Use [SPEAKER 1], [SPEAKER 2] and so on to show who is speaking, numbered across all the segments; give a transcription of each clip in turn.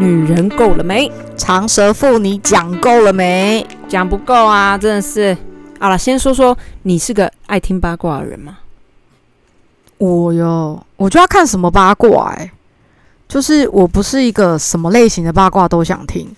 [SPEAKER 1] 人够了没？
[SPEAKER 2] 长舌妇，你讲够了没？
[SPEAKER 1] 讲不够啊，真的是。好了，先说说你是个爱听八卦的人吗？
[SPEAKER 2] 我哟，我就要看什么八卦哎、就是我不是一个什么类型的八卦都想听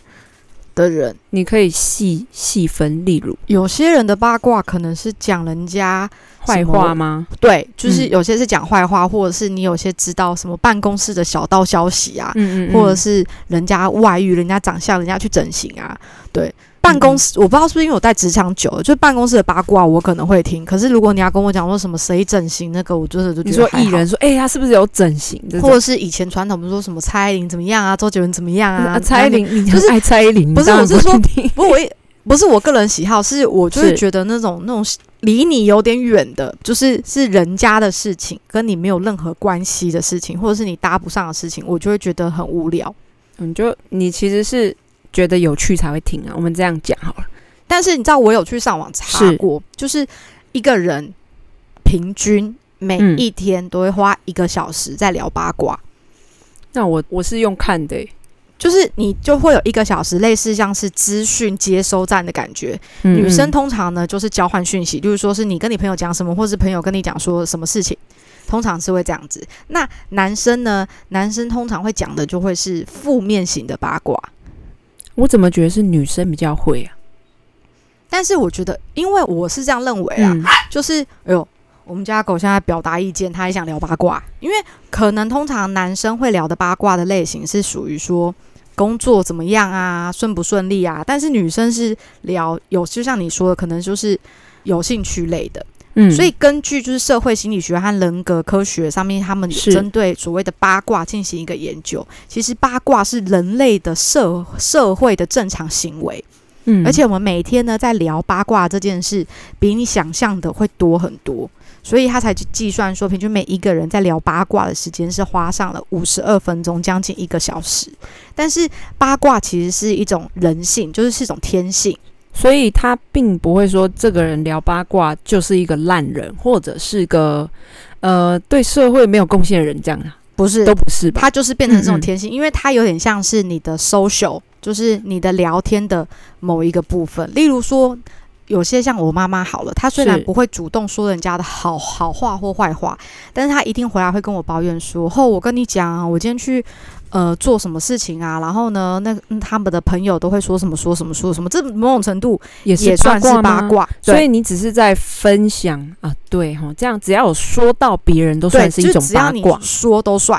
[SPEAKER 2] 的人。
[SPEAKER 1] 你可以细细分，例如
[SPEAKER 2] 有些人的八卦可能是讲人家
[SPEAKER 1] 坏话吗？
[SPEAKER 2] 对，就是
[SPEAKER 1] 嗯
[SPEAKER 2] 有些是讲坏话，或者是你有些知道什么办公室的小道消息啊，
[SPEAKER 1] 嗯
[SPEAKER 2] 或者是人家外遇、人家长相、人家去整形啊，对。办公室我不知道是不是因为我在职场久了，就是办公室的八卦我可能会听。可是如果你要跟我讲说什么谁整形那个，我就是就
[SPEAKER 1] 你
[SPEAKER 2] 觉
[SPEAKER 1] 说
[SPEAKER 2] 得还
[SPEAKER 1] 艺
[SPEAKER 2] 好
[SPEAKER 1] 人说，哎、他是不是有整形这种？
[SPEAKER 2] 或者是以前传统不是说什么蔡依林怎么样啊，周杰伦怎么样啊？
[SPEAKER 1] 啊，蔡依林，你
[SPEAKER 2] 就是
[SPEAKER 1] 很爱蔡依林，
[SPEAKER 2] 不
[SPEAKER 1] 你
[SPEAKER 2] 是
[SPEAKER 1] 当然
[SPEAKER 2] 我是说
[SPEAKER 1] 会听
[SPEAKER 2] 不，我也不是我个人喜好，是我就是
[SPEAKER 1] 是
[SPEAKER 2] 觉得那种那种离你有点远的，就是是人家的事情，跟你没有任何关系的事情，或者是你搭不上的事情，我就会觉得很无聊。
[SPEAKER 1] 你就你其实是觉得有趣才会听啊。我们这样讲好了，
[SPEAKER 2] 但是你知道，我有去上网查
[SPEAKER 1] 是
[SPEAKER 2] 过，就是一个人平均每
[SPEAKER 1] 嗯
[SPEAKER 2] 一天都会花一个小时在聊八卦。
[SPEAKER 1] 那我我是用看的、欸，
[SPEAKER 2] 就是你就会有一个小时，类似像是资讯接收站的感觉，
[SPEAKER 1] 嗯
[SPEAKER 2] 女生通常呢就是交换讯息，例如说是你跟你朋友讲什么，或是朋友跟你讲说什么事情，通常是会这样子。那男生呢，男生通常会讲的就会是负面型的八卦。
[SPEAKER 1] 我怎么觉得是女生比较会啊？
[SPEAKER 2] 但是我觉得，因为我是这样认为啊，
[SPEAKER 1] 嗯
[SPEAKER 2] 就是哎呦，我们家狗现在表达意见，它也想聊八卦，因为可能通常男生会聊的八卦的类型是属于说工作怎么样啊，顺不顺利啊，但是女生是聊有，就像你说的，可能就是有兴趣类的。
[SPEAKER 1] 嗯
[SPEAKER 2] 所以根据就是社会心理学和人格科学上面，他们有
[SPEAKER 1] 是
[SPEAKER 2] 针对所谓的八卦进行一个研究。其实八卦是人类的社社会的正常行为，
[SPEAKER 1] 嗯
[SPEAKER 2] 而且我们每天呢在聊八卦这件事，比你想象的会多很多。所以他才去计算说，平均每一个人在聊八卦的时间是花上了五十二分钟，将近一个小时。但是八卦其实是一种人性，就是是一种天性。
[SPEAKER 1] 所以他并不会说这个人聊八卦就是一个烂人，或者是个呃对社会没有贡献的人，这样啊，
[SPEAKER 2] 不是
[SPEAKER 1] 都不是吧？
[SPEAKER 2] 它就是变成这
[SPEAKER 1] 嗯
[SPEAKER 2] 种
[SPEAKER 1] 嗯
[SPEAKER 2] 天性，因为它有点像是你的 social，就是你的聊天的某一个部分。例如说，有些像我妈妈好了，她虽然
[SPEAKER 1] 是
[SPEAKER 2] 不会主动说人家的好好话或坏话，但是她一定回来会跟我抱怨说：“哦，我跟你讲啊，我今天去。”呃，做什么事情啊？然后呢，那、嗯他们的朋友都会说什么说什么说什么，这某种程度
[SPEAKER 1] 也是
[SPEAKER 2] 也算是
[SPEAKER 1] 八
[SPEAKER 2] 八
[SPEAKER 1] 吗。
[SPEAKER 2] 卦。对
[SPEAKER 1] 所以你只是在分享啊，对哈，这样只要有说到别人都
[SPEAKER 2] 对，
[SPEAKER 1] 算是一
[SPEAKER 2] 就
[SPEAKER 1] 种
[SPEAKER 2] 只要
[SPEAKER 1] 八
[SPEAKER 2] 你
[SPEAKER 1] 卦，
[SPEAKER 2] 说都算。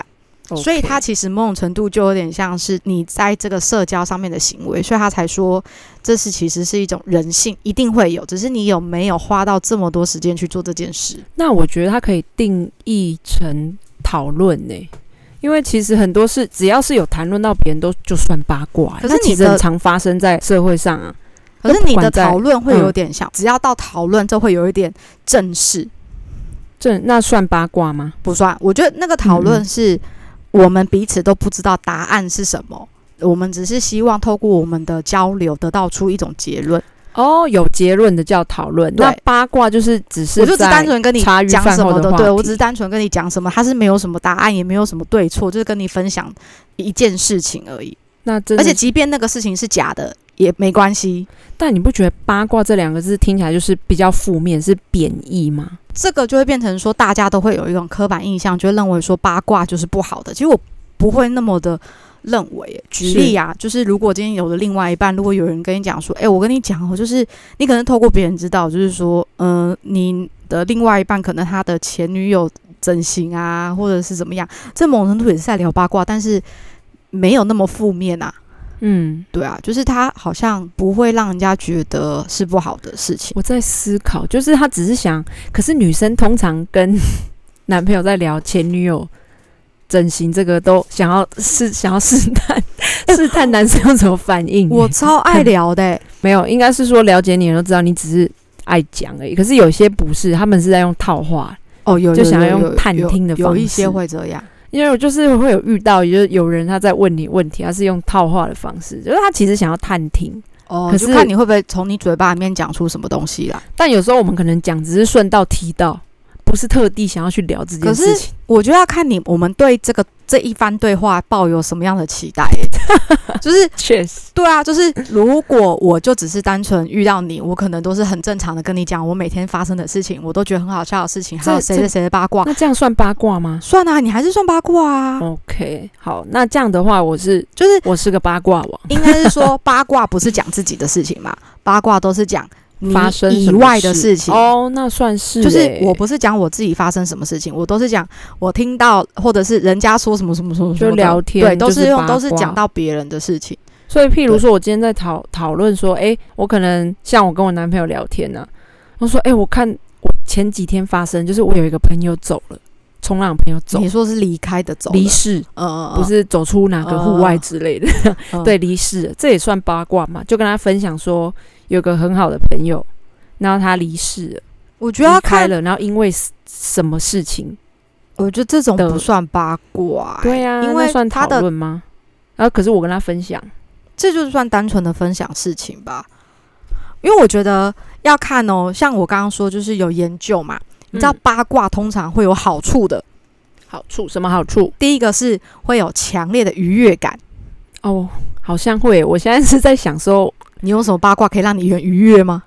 [SPEAKER 2] 所以
[SPEAKER 1] OK
[SPEAKER 2] 他其实某种程度就有点像是你在这个社交上面的行为，所以他才说这是其实是一种人性，一定会有，只是你有没有花到这么多时间去做这件事。
[SPEAKER 1] 那我觉得它可以定义成讨论呢，因为其实很多事只要是有谈论到别人都就算八卦欸，
[SPEAKER 2] 可是
[SPEAKER 1] 那其
[SPEAKER 2] 你
[SPEAKER 1] 实
[SPEAKER 2] 的
[SPEAKER 1] 很常发生在社会上啊。
[SPEAKER 2] 可是
[SPEAKER 1] 那
[SPEAKER 2] 你
[SPEAKER 1] 不
[SPEAKER 2] 的
[SPEAKER 1] 管在
[SPEAKER 2] 讨论会有
[SPEAKER 1] 嗯
[SPEAKER 2] 点像，只要到讨论就会有一点正式，
[SPEAKER 1] 这那算八卦吗？
[SPEAKER 2] 不算。我觉得那个讨
[SPEAKER 1] 嗯
[SPEAKER 2] 论是我们彼此都不知道答案是什么，我们只是希望透过我们的交流得到出一种结论。
[SPEAKER 1] 哦，有结论的叫讨论，那
[SPEAKER 2] 对
[SPEAKER 1] 八卦就是只是
[SPEAKER 2] 我就只
[SPEAKER 1] 在
[SPEAKER 2] 单纯跟你
[SPEAKER 1] 茶余
[SPEAKER 2] 讲
[SPEAKER 1] 饭
[SPEAKER 2] 什
[SPEAKER 1] 后
[SPEAKER 2] 么
[SPEAKER 1] 的话
[SPEAKER 2] 对我
[SPEAKER 1] 题
[SPEAKER 2] 只是单纯跟你讲什么，他是没有什么答案，也没有什么对错，就是跟你分享一件事情而已。
[SPEAKER 1] 那真的
[SPEAKER 2] 而
[SPEAKER 1] 是，
[SPEAKER 2] 且即便那个事情是假的，也没关系。
[SPEAKER 1] 但你不觉得八卦这两个字听起来就是比较负面，是贬义吗？
[SPEAKER 2] 这个就会变成说，大家都会有一种刻板印象，就会认为说八卦就是不好的。其实我不会那么的认为。举例啊，就是如果今天有的另外一半，如果有人跟你讲说，哎、我跟你讲哦，就是你可能透过别人知道，就是说，嗯、你的另外一半可能他的前女友整形啊，或者是怎么样，这某种程度也是在聊八卦，但是没有那么负面啊。
[SPEAKER 1] 嗯，
[SPEAKER 2] 对啊，就是他好像不会让人家觉得是不好的事情。
[SPEAKER 1] 我在思考，就是他只是想，可是女生通常跟 男朋友在聊前女友整形这个，都想要试想要试 探试探男生有什么反应欸。
[SPEAKER 2] 哎我超爱聊的欸、
[SPEAKER 1] 没有，应该是说了解你的人都知道你只是爱讲而已，可是有些不是，他们是在用套话
[SPEAKER 2] 哦，有
[SPEAKER 1] 就
[SPEAKER 2] 有
[SPEAKER 1] 想
[SPEAKER 2] 有
[SPEAKER 1] 要用
[SPEAKER 2] 有
[SPEAKER 1] 探
[SPEAKER 2] 有
[SPEAKER 1] 听的
[SPEAKER 2] 有
[SPEAKER 1] 方
[SPEAKER 2] 一些
[SPEAKER 1] 式
[SPEAKER 2] 会这样。
[SPEAKER 1] 因为我就是会有遇到，就是有人他在问你问题，他是用套话的方式，就是他其实想要探听，
[SPEAKER 2] 哦，
[SPEAKER 1] 可
[SPEAKER 2] 就是看你会不会从你嘴巴里面讲出什么东西来。
[SPEAKER 1] 但有时候我们可能讲只是顺道提到，不是特地想要去聊这件
[SPEAKER 2] 可是
[SPEAKER 1] 事情。
[SPEAKER 2] 我觉得要看你我们对这个这一番对话抱有什么样的期待、欸 就是
[SPEAKER 1] 确实，
[SPEAKER 2] 对啊，就是如果我就只是单纯遇到你，我可能都是很正常的跟你讲我每天发生的事情，我都觉得很好笑的事情，还有
[SPEAKER 1] 这
[SPEAKER 2] 谁谁谁的八卦，
[SPEAKER 1] 那这样算八卦吗
[SPEAKER 2] 算啊，你还是算八卦啊。
[SPEAKER 1] ？OK，好，那这样的话，我是
[SPEAKER 2] 就是
[SPEAKER 1] 我是个八卦王，
[SPEAKER 2] 应该是说八卦不是讲自己的事情嘛，八卦都是讲你
[SPEAKER 1] 发生
[SPEAKER 2] 以
[SPEAKER 1] 什么
[SPEAKER 2] 外的事情。
[SPEAKER 1] 哦，那算是
[SPEAKER 2] 就是
[SPEAKER 1] 欸
[SPEAKER 2] 我不是讲我自己发生什么事情，我都是讲我听到或者是人家说什么什么什么什么
[SPEAKER 1] 就
[SPEAKER 2] 的
[SPEAKER 1] 聊天
[SPEAKER 2] 对，都
[SPEAKER 1] 就是
[SPEAKER 2] 用
[SPEAKER 1] 八
[SPEAKER 2] 都是
[SPEAKER 1] 卦
[SPEAKER 2] 讲到别人的事情。
[SPEAKER 1] 所以，譬如说，我今天在讨讨论说，诶，我可能像我跟我男朋友聊天呢、我说，诶，我看我前几天发生，就是我有一个朋友走了，冲浪朋友走
[SPEAKER 2] 你，说是离开的走了，
[SPEAKER 1] 离世，
[SPEAKER 2] 嗯嗯，嗯
[SPEAKER 1] 不是走出哪个户外之类的，
[SPEAKER 2] 嗯
[SPEAKER 1] 对，离世了，这也算八卦嘛？就跟他分享说，有个很好的朋友，然后他离世了，
[SPEAKER 2] 我觉得要
[SPEAKER 1] 离
[SPEAKER 2] 看
[SPEAKER 1] 开了，然后因为什什么事情？
[SPEAKER 2] 我觉得这种
[SPEAKER 1] 的
[SPEAKER 2] 不算八卦、欸
[SPEAKER 1] 对呀、啊，
[SPEAKER 2] 哎因为
[SPEAKER 1] 那算
[SPEAKER 2] 他
[SPEAKER 1] 讨
[SPEAKER 2] 的
[SPEAKER 1] 论吗？然后可是我跟他分享，
[SPEAKER 2] 这就是算单纯的分享事情吧。因为我觉得要看哦，像我刚刚说，就是有研究嘛，你知道
[SPEAKER 1] 嗯
[SPEAKER 2] 八卦通常会有好处的。
[SPEAKER 1] 好处什么好处？
[SPEAKER 2] 第一个是会有强烈的愉悦感，
[SPEAKER 1] 哦，好像会，我现在是在想说。
[SPEAKER 2] 你有什么八卦可以让你很愉悦吗？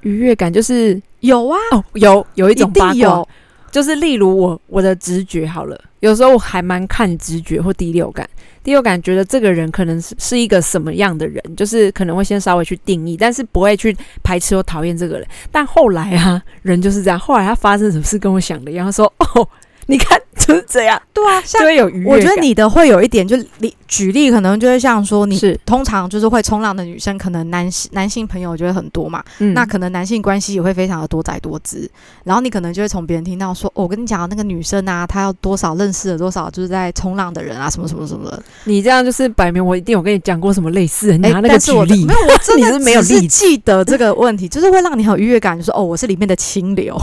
[SPEAKER 1] 愉悦感就是
[SPEAKER 2] 有啊，
[SPEAKER 1] 哦，有有一
[SPEAKER 2] 一
[SPEAKER 1] 种八
[SPEAKER 2] 定
[SPEAKER 1] 卦
[SPEAKER 2] 有，。
[SPEAKER 1] 就是例如我我的直觉好了，有时候我还蛮看直觉或第六感。第六感觉得这个人可能是是一个什么样的人，就是可能会先稍微去定义，但是不会去排斥或讨厌这个人。但后来啊，人就是这样，后来他发生什么事跟我想的一样，他说哦，你看就是这样，
[SPEAKER 2] 对啊，
[SPEAKER 1] 就
[SPEAKER 2] 像
[SPEAKER 1] 会有愉悦感。
[SPEAKER 2] 我觉得你的会有一点，就例举例，可能就会像说你。
[SPEAKER 1] 是，
[SPEAKER 2] 通常就是会冲浪的女生，可能男性男性朋友就会很多嘛，
[SPEAKER 1] 嗯
[SPEAKER 2] 那可能男性关系也会非常的多彩多姿，然后你可能就会从别人听到说，哦，我跟你讲，那个女生啊，她要多少认识了多少，就是在冲浪的人啊，什么什么什么的。
[SPEAKER 1] 你这样就是摆明我一定有跟你讲过什么类似的，你
[SPEAKER 2] 哎
[SPEAKER 1] 拿那个
[SPEAKER 2] 但是
[SPEAKER 1] 举
[SPEAKER 2] 我的
[SPEAKER 1] 例
[SPEAKER 2] 没，有，我 真
[SPEAKER 1] 你
[SPEAKER 2] 的
[SPEAKER 1] 是没有
[SPEAKER 2] 只是
[SPEAKER 1] 例
[SPEAKER 2] 记得这个问题，就是会让你很有愉悦感，就是哦，我是里面的清流，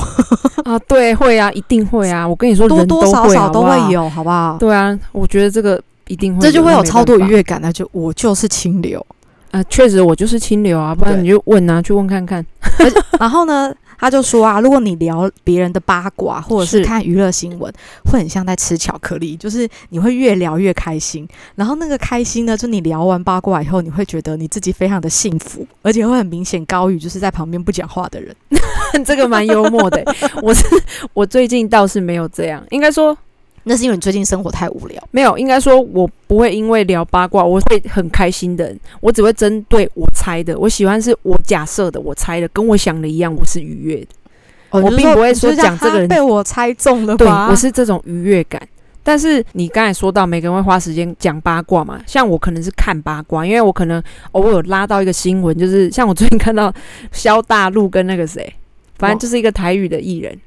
[SPEAKER 1] 啊，对，会啊，一定会啊，我跟你说，
[SPEAKER 2] 多
[SPEAKER 1] 人
[SPEAKER 2] 多少
[SPEAKER 1] 会
[SPEAKER 2] 少
[SPEAKER 1] 好不
[SPEAKER 2] 都
[SPEAKER 1] 好
[SPEAKER 2] 会有，好不好？
[SPEAKER 1] 对啊，我觉得这个一定会，
[SPEAKER 2] 这就会有超多愉
[SPEAKER 1] 月
[SPEAKER 2] 悦感，那就我就是清流。
[SPEAKER 1] 啊，确实我就是清流啊，不然
[SPEAKER 2] 对
[SPEAKER 1] 你就问啊，去问看看。
[SPEAKER 2] 然后呢，他就说啊，如果你聊别人的八卦或者是
[SPEAKER 1] 是
[SPEAKER 2] 看娱乐新闻，会很像在吃巧克力，就是你会越聊越开心。然后那个开心呢，就你聊完八卦以后，你会觉得你自己非常的幸福，而且会很明显高于就是在旁边不讲话的人。
[SPEAKER 1] 这个蛮幽默的欸、我是我最近倒是没有这样，应该说
[SPEAKER 2] 那是因为你最近生活太无聊。
[SPEAKER 1] 没有，应该说我不会因为聊八卦我会很开心的人，我只会针对我猜的，我喜欢是我假设的，我猜的跟我想的一样，我是愉悦的，
[SPEAKER 2] 哦
[SPEAKER 1] 我
[SPEAKER 2] 你就
[SPEAKER 1] 并
[SPEAKER 2] 说
[SPEAKER 1] 不会
[SPEAKER 2] 你就
[SPEAKER 1] 说
[SPEAKER 2] 是这样
[SPEAKER 1] 讲这个
[SPEAKER 2] 哈
[SPEAKER 1] 人
[SPEAKER 2] 被我猜中了
[SPEAKER 1] 对
[SPEAKER 2] 吧？
[SPEAKER 1] 我是这种愉悦感。但是你刚才说到每个人会花时间讲八卦嘛，像我可能是看八卦，因为我可能偶尔拉到一个新闻，就是像我最近看到 萧大陆跟那个谁，反正就是一个台语的艺人，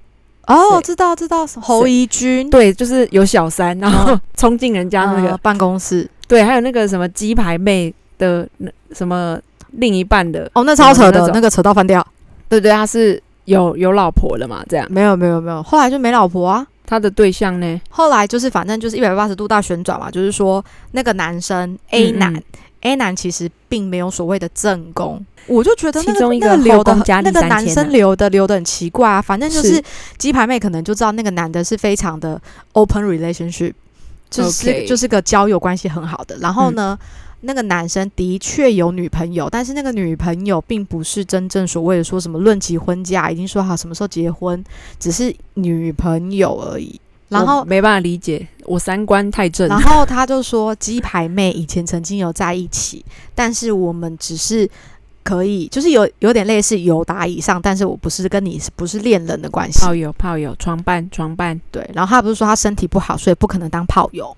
[SPEAKER 2] 哦，
[SPEAKER 1] 谁
[SPEAKER 2] 知道知道，侯
[SPEAKER 1] 谁
[SPEAKER 2] 怡君
[SPEAKER 1] 对，就是有小三，然后
[SPEAKER 2] 嗯
[SPEAKER 1] 冲进人家那个，
[SPEAKER 2] 呃办公室
[SPEAKER 1] 对，还有那个什么鸡排妹的那什么另一半的，
[SPEAKER 2] 哦，那超扯
[SPEAKER 1] 那
[SPEAKER 2] 的，
[SPEAKER 1] 种
[SPEAKER 2] 那个扯到翻掉。
[SPEAKER 1] 对对，他是有有老婆了嘛，这样
[SPEAKER 2] 没有没有没有，后来就没老婆啊。
[SPEAKER 1] 他的对象呢，
[SPEAKER 2] 后来就是反正就是一百八十度大旋转嘛，就是说那个男生 A
[SPEAKER 1] 嗯
[SPEAKER 2] 男、A 男其实并没有所谓的正宫，我就觉得那
[SPEAKER 1] 其中一个
[SPEAKER 2] 那个留的
[SPEAKER 1] 后宫佳丽
[SPEAKER 2] 那个男
[SPEAKER 1] 三千
[SPEAKER 2] 生
[SPEAKER 1] 啊
[SPEAKER 2] 留的留的很奇怪啊，反正就是
[SPEAKER 1] 是
[SPEAKER 2] 鸡排妹可能就知道那个男的是非常的 open relationship，就是、
[SPEAKER 1] OK 嗯
[SPEAKER 2] 就是个交友关系很好的，然后呢。那个男生的确有女朋友，但是那个女朋友并不是真正所谓的说什么论及婚嫁，已经说好什么时候结婚，只是女朋友而已。然后
[SPEAKER 1] 我没办法理解，我三观太正了
[SPEAKER 2] 然，后他就说，鸡排妹以前曾经有在一起，但是我们只是可以，就是有有点类似友达以上，但是我不是跟你是不是恋人的关系。
[SPEAKER 1] 炮友炮友床伴床伴。
[SPEAKER 2] 对，然后他不是说他身体不好，所以不可能当炮友。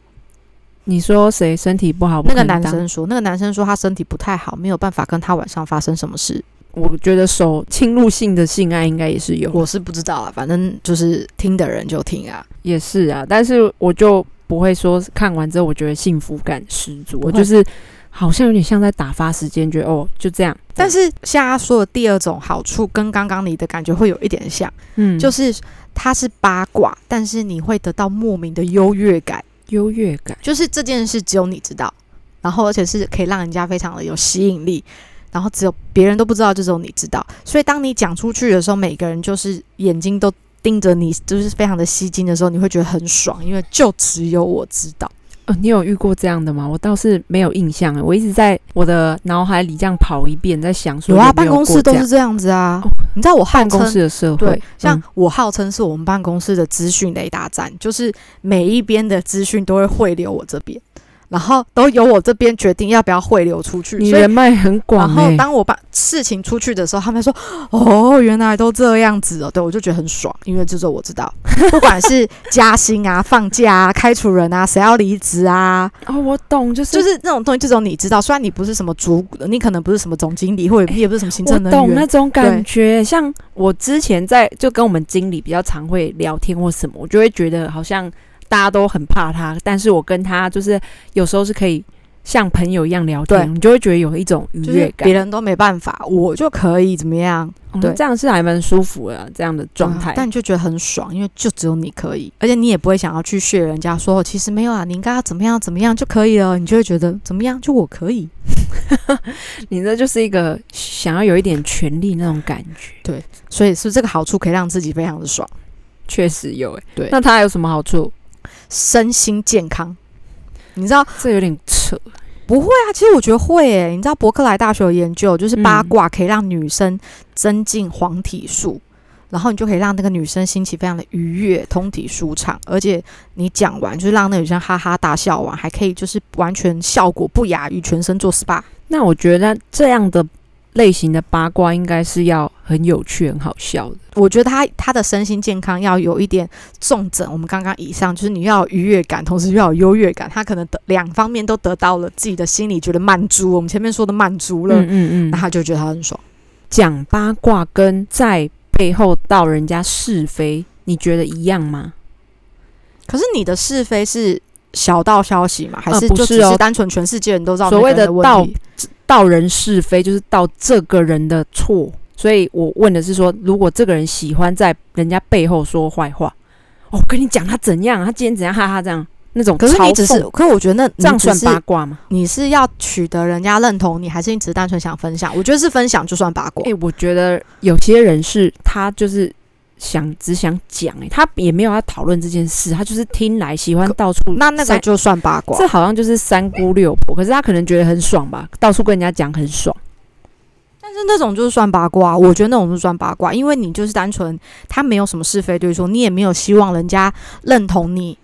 [SPEAKER 1] 你说谁身体不好？
[SPEAKER 2] 那
[SPEAKER 1] 不
[SPEAKER 2] 个
[SPEAKER 1] 能
[SPEAKER 2] 男
[SPEAKER 1] 当，
[SPEAKER 2] 生说，那个男生说他身体不太好，没有办法跟他晚上发生什么事。
[SPEAKER 1] 我觉得手侵入性的性爱应该也是有，
[SPEAKER 2] 我是不知道啊，反正就是听的人就听啊。
[SPEAKER 1] 也是啊。但是我就不会说看完之后我觉得幸福感十足，
[SPEAKER 2] 不
[SPEAKER 1] 我
[SPEAKER 2] 会
[SPEAKER 1] 就是好像有点像在打发时间，觉得哦就这样。
[SPEAKER 2] 但是像他说的第二种好处，跟刚刚你的感觉会有一点像，
[SPEAKER 1] 嗯，就
[SPEAKER 2] 就是是它是八卦，但是你会得到莫名的优越感。
[SPEAKER 1] 优越感。
[SPEAKER 2] 就是这件事只有你知道，然后而且是可以让人家非常的有吸引力，然后只有别人都不知道，就只有你知道。所以当你讲出去的时候，每个人就是眼睛都盯着你，就是非常的吸睛的时候，你会觉得很爽，因为就只有我知道。
[SPEAKER 1] 哦，你有遇过这样的吗？我倒是没有印象，欸我一直在我的脑海里这样跑一遍，在想说
[SPEAKER 2] 有啊，
[SPEAKER 1] 没
[SPEAKER 2] 办公
[SPEAKER 1] 过
[SPEAKER 2] 室都
[SPEAKER 1] 这样
[SPEAKER 2] 是这样子啊。
[SPEAKER 1] 哦
[SPEAKER 2] 你知道我号
[SPEAKER 1] 办公
[SPEAKER 2] 称
[SPEAKER 1] 室的社会
[SPEAKER 2] 对，，像
[SPEAKER 1] 嗯
[SPEAKER 2] 我号称是我们办公室的资讯雷达站，就是每一边的资讯都会汇流我这边，然后都由我这边决定要不要汇流出去。
[SPEAKER 1] 你
[SPEAKER 2] 所
[SPEAKER 1] 嗯
[SPEAKER 2] 以
[SPEAKER 1] 人脉很
[SPEAKER 2] 嗯然
[SPEAKER 1] 广
[SPEAKER 2] 后
[SPEAKER 1] 欸
[SPEAKER 2] 当我把事情出去的时候，他们说：“哦，原来都这样子哦。”对，我就觉得很爽，因为这是我知 道，不管是加薪啊、放假啊、开除人啊、谁要离职啊，
[SPEAKER 1] 哦，我懂，就是
[SPEAKER 2] 就是那种东西，这种你知道。虽然你不是什么主，你可能不是什么总经理，或者你也不是什么行
[SPEAKER 1] 我
[SPEAKER 2] 政人
[SPEAKER 1] 懂那
[SPEAKER 2] 员，
[SPEAKER 1] 种感觉。像我之前在就跟我们经理比较常会聊天或什么，我就会觉得好像大家都很怕他，但是我跟他就是有时候是可以像朋友一样聊
[SPEAKER 2] 对
[SPEAKER 1] 天，你就会觉得有一种愉
[SPEAKER 2] 就是
[SPEAKER 1] 悦感
[SPEAKER 2] 别。人都没办法，我就可以怎么样。
[SPEAKER 1] 嗯
[SPEAKER 2] 对
[SPEAKER 1] 这样是还蛮舒服的啊这样的状态
[SPEAKER 2] 啊。但你就觉得很爽，因为就只有你可以，而且你也不会想要去学人家说，其实没有啊，你应该要怎么样怎么样就可以了，你就会觉得怎么样就我可以。
[SPEAKER 1] 你这就是一个想要有一点权利那种感觉，
[SPEAKER 2] 所以是不是这个好处可以让自己非常的爽，
[SPEAKER 1] 确实有诶、
[SPEAKER 2] 对
[SPEAKER 1] 那它还有什么好处？
[SPEAKER 2] 身心健康。你知道
[SPEAKER 1] 这有点扯。
[SPEAKER 2] 不会啊？其实我觉得会诶、你知道伯克莱大学有研究，就是八
[SPEAKER 1] 嗯
[SPEAKER 2] 卦可以让女生增进黄体素，然后你就可以让那个女生心情非常的愉悦、通体舒畅，而且你讲完就是让那个女生哈哈大笑完，还可以就是完全效果不亚于全身做 SPA。
[SPEAKER 1] 那我觉得这样的类型的八卦应该是要很有趣、很好笑的。
[SPEAKER 2] 我觉得他他的身心健康要有一点重整，我们刚刚以上就是你要有愉悦感，同时又要有优越感，他可能得两方面都得到了自己的心里觉得满足，我们前面说的满足了，
[SPEAKER 1] 嗯嗯
[SPEAKER 2] 那
[SPEAKER 1] 嗯，
[SPEAKER 2] 他就觉得他很爽。
[SPEAKER 1] 讲八卦跟在背后道人家是非，你觉得一样吗？
[SPEAKER 2] 可是你的是非是小道消息嘛，还
[SPEAKER 1] 呃
[SPEAKER 2] 是
[SPEAKER 1] 不
[SPEAKER 2] 就是只
[SPEAKER 1] 哦
[SPEAKER 2] 是单纯全世界人都知道
[SPEAKER 1] 所谓
[SPEAKER 2] 那个
[SPEAKER 1] 的
[SPEAKER 2] 人的问
[SPEAKER 1] 道
[SPEAKER 2] 题
[SPEAKER 1] 道人是非就是道这个人的错，所以我问的是说，如果这个人喜欢在人家背后说坏话，哦，我跟你讲他怎样，他今天怎样，哈哈这样那种嘲讽，
[SPEAKER 2] 可是你只是，可是我觉得那你
[SPEAKER 1] 这样
[SPEAKER 2] 只
[SPEAKER 1] 算
[SPEAKER 2] 是
[SPEAKER 1] 八卦吗？
[SPEAKER 2] 你是要取得人家认同你，还是你只是单纯想分享？我觉得是分享就算八卦。
[SPEAKER 1] 哎、我觉得有些人是他就是想只想讲，哎，他也没有要讨论这件事，他就是听来喜欢
[SPEAKER 2] 可
[SPEAKER 1] 到处
[SPEAKER 2] 那那个
[SPEAKER 1] 三
[SPEAKER 2] 就算八卦
[SPEAKER 1] 这，好像就是三姑六婆，可是他可能觉得很爽吧，到处跟人家讲很爽。
[SPEAKER 2] 但是那种就是算八卦，我觉得那种就是算八卦，因为你就是单纯他没有什么是非对错，你也没有希望人家认同你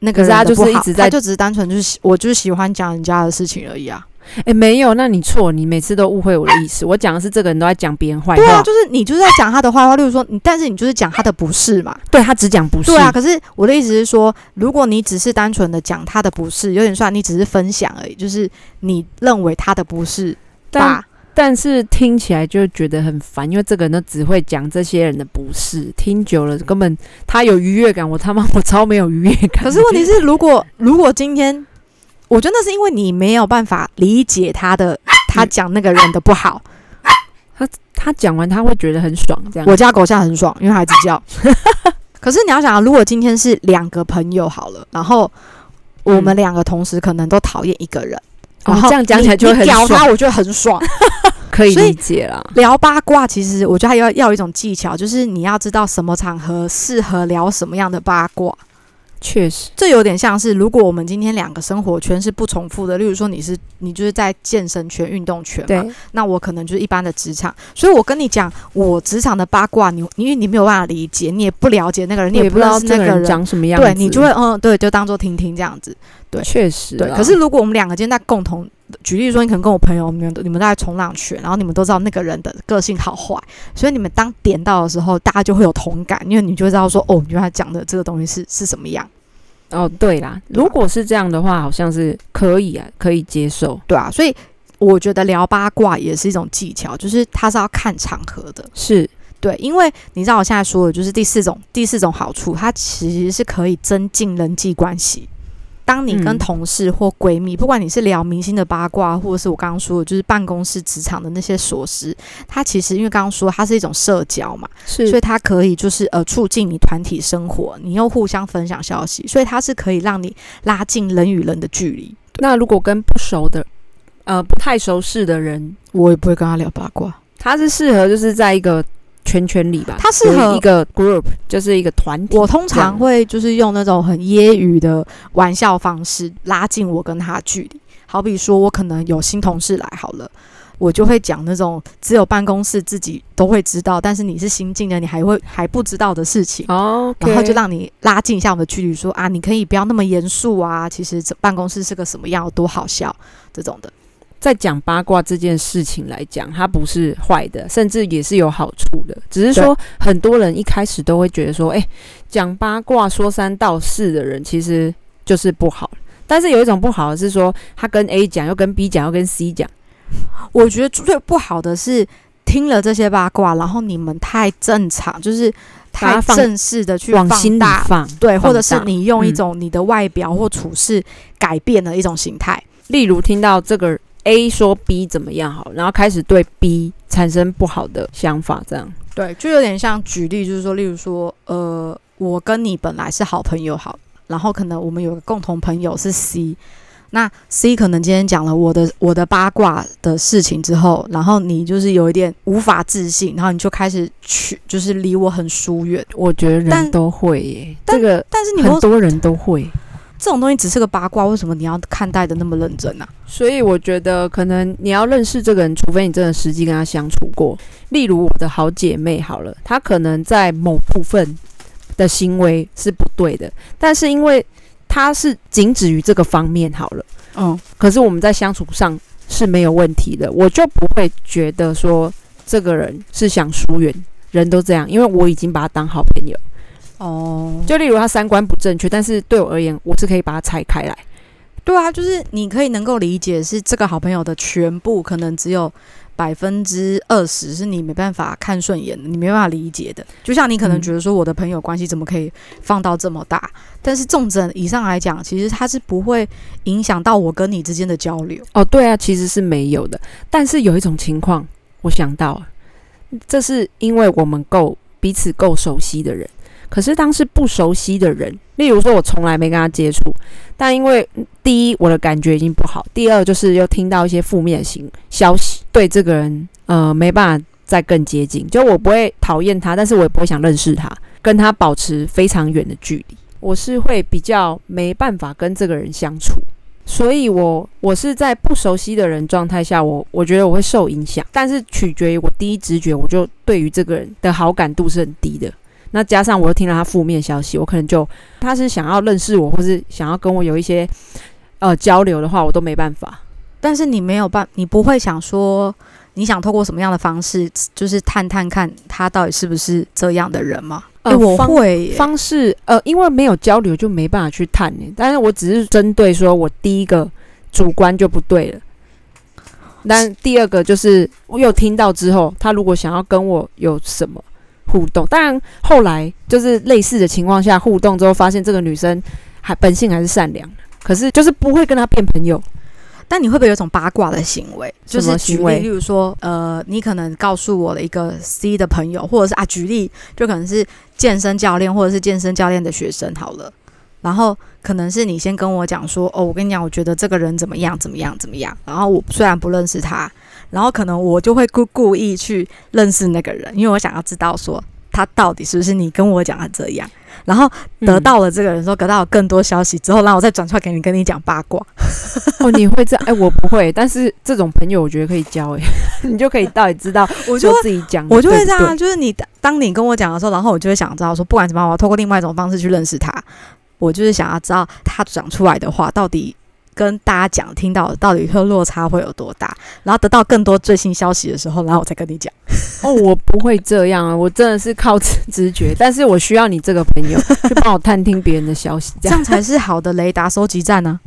[SPEAKER 2] 那个
[SPEAKER 1] 可是
[SPEAKER 2] 人
[SPEAKER 1] 他
[SPEAKER 2] 的不
[SPEAKER 1] 就是
[SPEAKER 2] 好
[SPEAKER 1] 一直在
[SPEAKER 2] 他就只是单纯就是喜我就是喜欢讲人家的事情而已啊。
[SPEAKER 1] 哎、没有，那你错，你每次都误会我的意思。我讲的是这个人都在讲别人坏话，
[SPEAKER 2] 对啊，就是你就是在讲他的坏话，例如说你，但是你就是讲他的不是嘛。
[SPEAKER 1] 对他只讲不是。
[SPEAKER 2] 对啊，可是我的意思是说，如果你只是单纯的讲他的不是，有点算你只是分享而已，就是你认为他的不是
[SPEAKER 1] 但
[SPEAKER 2] 吧？
[SPEAKER 1] 但是听起来就觉得很烦，因为这个人都只会讲这些人的不是，听久了根本他有愉悦感，我他妈我超没有愉悦 感。
[SPEAKER 2] 可是问题是，如果如果今天，我觉得那是因为你没有办法理解他的，他讲那个人的不 好。
[SPEAKER 1] 嗯他讲完他会觉得很爽，这样。
[SPEAKER 2] 我家狗现在很爽，因为它一直 叫。可是你要想啊，如果今天是两个朋友好了，然后我们两个同时可能都讨厌一个人，
[SPEAKER 1] 嗯哦
[SPEAKER 2] 然后
[SPEAKER 1] 这样讲起来就会
[SPEAKER 2] 你
[SPEAKER 1] 很
[SPEAKER 2] 你屌他，
[SPEAKER 1] 爽
[SPEAKER 2] 我觉得很 爽。
[SPEAKER 1] 可以
[SPEAKER 2] 所以
[SPEAKER 1] 理解啦。
[SPEAKER 2] 聊八卦，其实我觉得还要要有一种技巧，就是你要知道什么场合适合聊什么样的八卦。
[SPEAKER 1] 确实，
[SPEAKER 2] 这有点像是，如果我们今天两个生活圈是不重复的，例如说你是你就是在健身圈、运动圈嘛，
[SPEAKER 1] 对，啊
[SPEAKER 2] 那我可能就是一般的职场，所以我跟你讲，我职场的八卦，你因为你没有办法理解，你也不了解那个人，你
[SPEAKER 1] 也不
[SPEAKER 2] 不
[SPEAKER 1] 知
[SPEAKER 2] 知道
[SPEAKER 1] 道
[SPEAKER 2] 是
[SPEAKER 1] 这
[SPEAKER 2] 那
[SPEAKER 1] 个
[SPEAKER 2] 个
[SPEAKER 1] 人
[SPEAKER 2] 人，
[SPEAKER 1] 长什么样子，
[SPEAKER 2] 对你就会嗯，对，就当做听听这样子。
[SPEAKER 1] 确实
[SPEAKER 2] 对，
[SPEAKER 1] 啦
[SPEAKER 2] 可是如果我们两个今天在共同举例说，你可能跟我朋友，你们你们都在冲浪圈，然后你们都知道那个人的个性好坏，所以你们当点到的时候，大家就会有同感，因为你就会知道说，哦，原来讲的这个东西是是什么样，
[SPEAKER 1] 哦，对啦，如果是这样的话，好像是可以啊，可以接受。
[SPEAKER 2] 对啊，所以我觉得聊八卦也是一种技巧，就是它是要看场合的，
[SPEAKER 1] 是，
[SPEAKER 2] 对，因为你知道我现在说的就是第四种，第四种好处，它其实是可以增进人际关系。当你跟
[SPEAKER 1] 嗯
[SPEAKER 2] 同事或闺蜜，不管你是聊明星的八卦，或者是我刚刚说的，就是办公室职场的那些琐事，它其实因为刚刚说它是一种社交嘛，
[SPEAKER 1] 是
[SPEAKER 2] 所以它可以就是呃促进你团体生活，你又互相分享消息，所以它是可以让你拉近人与人的距离。
[SPEAKER 1] 那如果跟不熟的，呃，不太熟识的人，
[SPEAKER 2] 我也不会跟他聊八卦，
[SPEAKER 1] 他是适合就是在一个圈圈里吧，
[SPEAKER 2] 它适合
[SPEAKER 1] 有一个 group，就是一个团体。
[SPEAKER 2] 我通
[SPEAKER 1] 这
[SPEAKER 2] 常
[SPEAKER 1] 样
[SPEAKER 2] 会就是用那种很揶揄的玩笑方式拉近我跟他的距离。好比说，我可能有新同事来好了，我就会讲那种只有办公室自己都会知道，但是你是新进的，你还会还不知道的事情。
[SPEAKER 1] 哦，OK，
[SPEAKER 2] 然后就让你拉近一下我们的距离，说啊，你可以不要那么严肃啊。其实这办公室是个什么样，多好笑这种的。
[SPEAKER 1] 在讲八卦这件事情来讲，它不是坏的，甚至也是有好处的。只是说，很多人一开始都会觉得说，哎、讲八卦、说三道四的人其实就是不好。但是有一种不好的是说，他跟 A 讲，又跟 B 讲，又跟 C 讲，
[SPEAKER 2] 我觉得最不好的是听了这些八卦，然后你们太正常，就是
[SPEAKER 1] 把
[SPEAKER 2] 太
[SPEAKER 1] 它放
[SPEAKER 2] 正式的去
[SPEAKER 1] 往
[SPEAKER 2] 放
[SPEAKER 1] 心里
[SPEAKER 2] 大
[SPEAKER 1] 放。
[SPEAKER 2] 对，或
[SPEAKER 1] 放
[SPEAKER 2] 者是
[SPEAKER 1] 大
[SPEAKER 2] 你用一
[SPEAKER 1] 嗯
[SPEAKER 2] 种你的外表或处事改变的一种形态。
[SPEAKER 1] 例如听到这个 A 说 B 怎么样好，然后开始对 B 产生不好的想法，这样。
[SPEAKER 2] 对，就有点像举例，就是说，例如说，呃，我跟你本来是好朋友，好，然后可能我们有个共同朋友是 C，那 C 可能今天讲了我的我的八卦的事情之后，然后你就是有一点无法置信，然后你就开始去，就是离我很疏远。
[SPEAKER 1] 我觉得人
[SPEAKER 2] 但
[SPEAKER 1] 都会耶，
[SPEAKER 2] 但
[SPEAKER 1] 这个
[SPEAKER 2] 但是你
[SPEAKER 1] 很
[SPEAKER 2] 说
[SPEAKER 1] 多人都会。
[SPEAKER 2] 这种东西只是个八卦，为什么你要看待的那么认真啊？
[SPEAKER 1] 所以我觉得，可能你要认识这个人，除非你真的实际跟他相处过。例如我的好姐妹，好了，她可能在某部分的行为是不对的，但是因为她是仅止于这个方面好了，
[SPEAKER 2] 嗯，
[SPEAKER 1] 可是我们在相处上是没有问题的，我就不会觉得说这个人是想疏远。人都这样，因为我已经把他当好朋友。
[SPEAKER 2] 哦，
[SPEAKER 1] 就例如他三观不正确，但是对我而言，我是可以把他拆开来。
[SPEAKER 2] 对啊，就是你可以能够理解，是这个好朋友的全部，可能只有百分之二十是你没办法看顺眼的，你没办法理解的。就像你可能
[SPEAKER 1] 嗯
[SPEAKER 2] 觉得说我的朋友关系怎么可以放到这么大，但是纵整以上来讲，其实它是不会影响到我跟你之间的交流。
[SPEAKER 1] 哦，对啊，其实是没有的。但是有一种情况，我想到了，这是因为我们够彼此够熟悉的人。可是当是不熟悉的人，例如说我从来没跟他接触，但因为嗯第一我的感觉已经不好，第二就是又听到一些负面的信消息，对这个人呃没办法再更接近。就我不会讨厌他，但是我也不会想认识他，跟他保持非常远的距离。我是会比较没办法跟这个人相处。所以我我是在不熟悉的人状态下，我我觉得我会受影响，但是取决于我第一直觉，我就对于这个人的好感度是很低的。那加上我又听到他负面消息，我可能就他是想要认识我，或是想要跟我有一些呃交流的话，我都没办法。
[SPEAKER 2] 但是你没有办，你不会想说你想透过什么样的方式，就是探探看他到底是不是这样的人吗？哎、
[SPEAKER 1] 呃
[SPEAKER 2] 我
[SPEAKER 1] 方
[SPEAKER 2] 会耶、
[SPEAKER 1] 方式，呃，因为没有交流就没办法去探呢、但是我只是针对说我第一个主观就不对了，但第二个就是我有听到之后，他如果想要跟我有什么互动，当然后来就是类似的情况下互动之后，发现这个女生还本性还是善良的，可是就是不会跟她变朋友。
[SPEAKER 2] 但你会不会有一种八卦的行为？就
[SPEAKER 1] 什
[SPEAKER 2] 是
[SPEAKER 1] 么
[SPEAKER 2] 举
[SPEAKER 1] 行
[SPEAKER 2] 例，
[SPEAKER 1] 为
[SPEAKER 2] 例如说，呃，你可能告诉我的一个 C 的朋友，或者是啊，举例，就可能是健身教练，或者是健身教练的学生好了。然后可能是你先跟我讲说，哦，我跟你讲，我觉得这个人怎么样，怎么样，怎么样。然后我虽然不认识他，然后可能我就会故故意去认识那个人，因为我想要知道说他到底是不是你跟我讲的这样。然后得
[SPEAKER 1] 嗯
[SPEAKER 2] 到了这个人说，得到了更多消息之后，然后我再转出来给你，跟你讲八卦。
[SPEAKER 1] 哦，你会 这样？哎、我不会，但是这种朋友我觉得可以交哎、 你就可以到底知道
[SPEAKER 2] 我就
[SPEAKER 1] 说
[SPEAKER 2] 会
[SPEAKER 1] 自己讲的
[SPEAKER 2] 我就会
[SPEAKER 1] 对不
[SPEAKER 2] 这样
[SPEAKER 1] 对
[SPEAKER 2] 啊，就是你当当你跟我讲的时候，然后我就会想知道说，不管怎么样，我要透过另外一种方式去认识他。我就是想要知道他讲出来的话到底跟大家讲听到的到底会落差会有多大，然后得到更多最新消息的时候，然后我再跟你讲。
[SPEAKER 1] 哦，我不会这样啊，我真的是靠 直直觉，但是我需要你这个朋友去帮我探听别人的消息，这
[SPEAKER 2] 这
[SPEAKER 1] 样。
[SPEAKER 2] 样才是好的雷达收集站啊呢、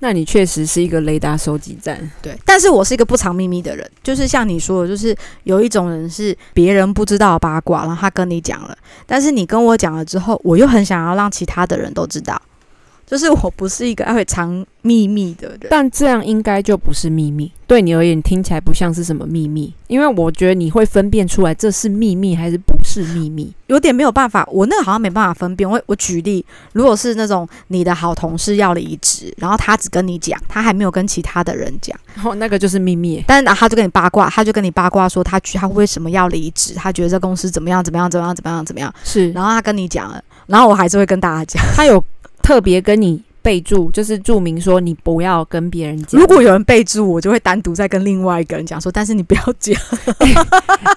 [SPEAKER 1] 那你确实是一个雷达收集站，
[SPEAKER 2] 对，但是我是一个不藏秘密的人，就是像你说的，就是有一种人是别人不知道的八卦，然后他跟你讲了，但是你跟我讲了之后，我又很想要让其他的人都知道，就是我不是一个爱会藏秘密的人。
[SPEAKER 1] 但这样应该就不是秘密，对你而言听起来不像是什么秘密，因为我觉得你会分辨出来这是秘密还是不是秘密。
[SPEAKER 2] 有点没有办法，我那个好像没办法分辨。我我举例，如果是那种你的好同事要离职，然后他只跟你讲，他还没有跟其他的人讲，
[SPEAKER 1] 哦，那个就是秘密耶，
[SPEAKER 2] 但是他就跟你八卦，他就跟你八卦说他去他为什么要离职，他觉得这公司怎么样怎么样怎么样怎么样怎么样，
[SPEAKER 1] 是
[SPEAKER 2] 然后他跟你讲了，然后我还是会跟大家讲。
[SPEAKER 1] 他有特别跟你备注，就是注明说你不要跟别人 讲。
[SPEAKER 2] 如果有人备注，我就会单独再跟另外一个人讲说，但是你不要讲。